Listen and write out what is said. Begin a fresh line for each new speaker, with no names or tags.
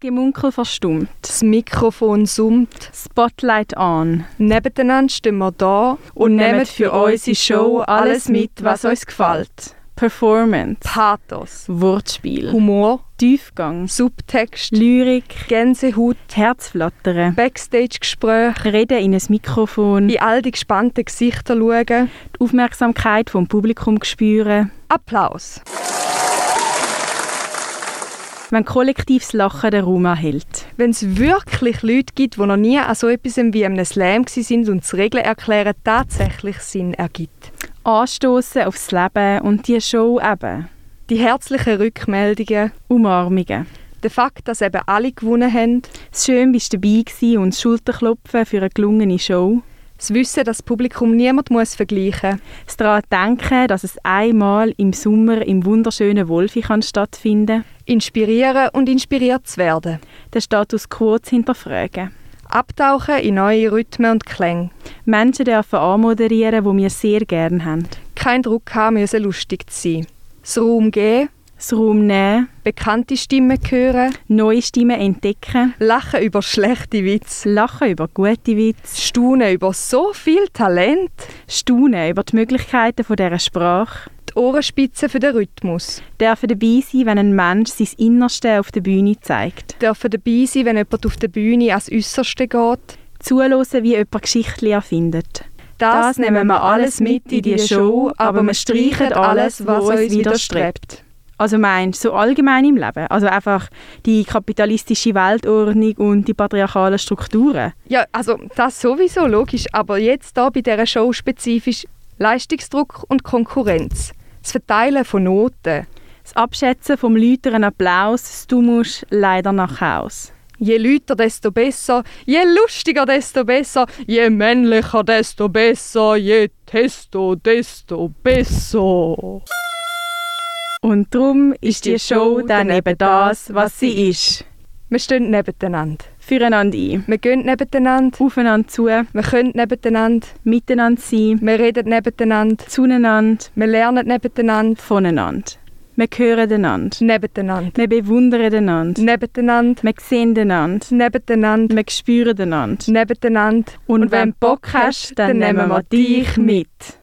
Gemunkel verstummt.
Das Mikrofon summt.
Spotlight on.
Nebeneinander stehen wir da
Und nehmt für unsere Show alles mit, was uns gefällt. Performance,
Pathos,
Wortspiel,
Humor,
Tiefgang,
Subtext,
Lyrik,
Gänsehaut,
Herzflattern,
Backstage-Gespräche,
Reden in ein Mikrofon, die
in all die gespannten Gesichter schauen.
Aufmerksamkeit vom Publikum spüren.
Applaus.
Wenn kollektives Lachen den Raum erhält.
Wenn es wirklich Leute gibt, die noch nie an so etwas wie einem Slam gsi sind und das Regeln erklären tatsächlich Sinn ergibt.
Anstoßen aufs Leben und die Show eben.
Die herzlichen Rückmeldungen,
Umarmungen.
der Fakt, dass eben alle gewonnen haben,
Das Schön bist du dabei gewesen und das Schulterklopfen für eine gelungene Show.
das Wissen, dass das Publikum niemand muss vergleichen
Das daran denken, dass es einmal im Sommer im wunderschönen Wolfi kann stattfinden
muss, inspirieren und inspiriert zu werden,
den Status quo zu hinterfragen.
abtauchen in neue Rhythmen und Klänge,
Menschen dürfen anmoderieren, die wir sehr gerne haben.
keinen Druck haben müssen, lustig zu sein, das Raum geben,
Das Raum nehmen,
bekannte Stimmen hören,
neue Stimmen entdecken,
lachen über schlechte
das
Witze,
Lachen über gute Witze,
staunen über so viel Talent,
Staunen über die Möglichkeiten von dieser Sprache,
die Ohrenspitze für den Rhythmus.
dürfen dabei sein, wenn ein Mensch sein Innerste auf der Bühne zeigt.
dürfen dabei sein, wenn jemand auf der Bühne ans Äußerste geht.
Zuhören, wie jemand Geschichten erfindet.
Das nehmen wir alles mit in die Show, aber wir streichen alles, was uns widerstrebt.
Also meinst du so allgemein im Leben? Also einfach die kapitalistische Weltordnung und die patriarchalen Strukturen?
Ja, also das sowieso logisch, aber jetzt da bei dieser Show spezifisch Leistungsdruck und Konkurrenz. Das Verteilen von Noten.
Das Abschätzen vom läuteren Applaus, das «Du musst leider nach Haus».
Je lauter, desto besser, je lustiger, desto besser, je männlicher, desto besser, je testo, desto besser.
Und drum ist die Show dann eben das, was sie ist.
Wir stehen nebeneinander.
Füreinander ein,
Wir gehen nebeneinander,
aufeinander zu,
wir können nebeneinander,
miteinander sein,
wir reden nebeneinander.
zueinander,
Wir lernen nebeneinander,
voneinander. Wir hören einander,
nebeneinander,
wir bewundern einander,
nebeneinander,
wir sehen einander,
nebeneinander,
wir spüren einander.
nebeneinander.
Und wenn du Bock hast, dann nehmen wir dich mit.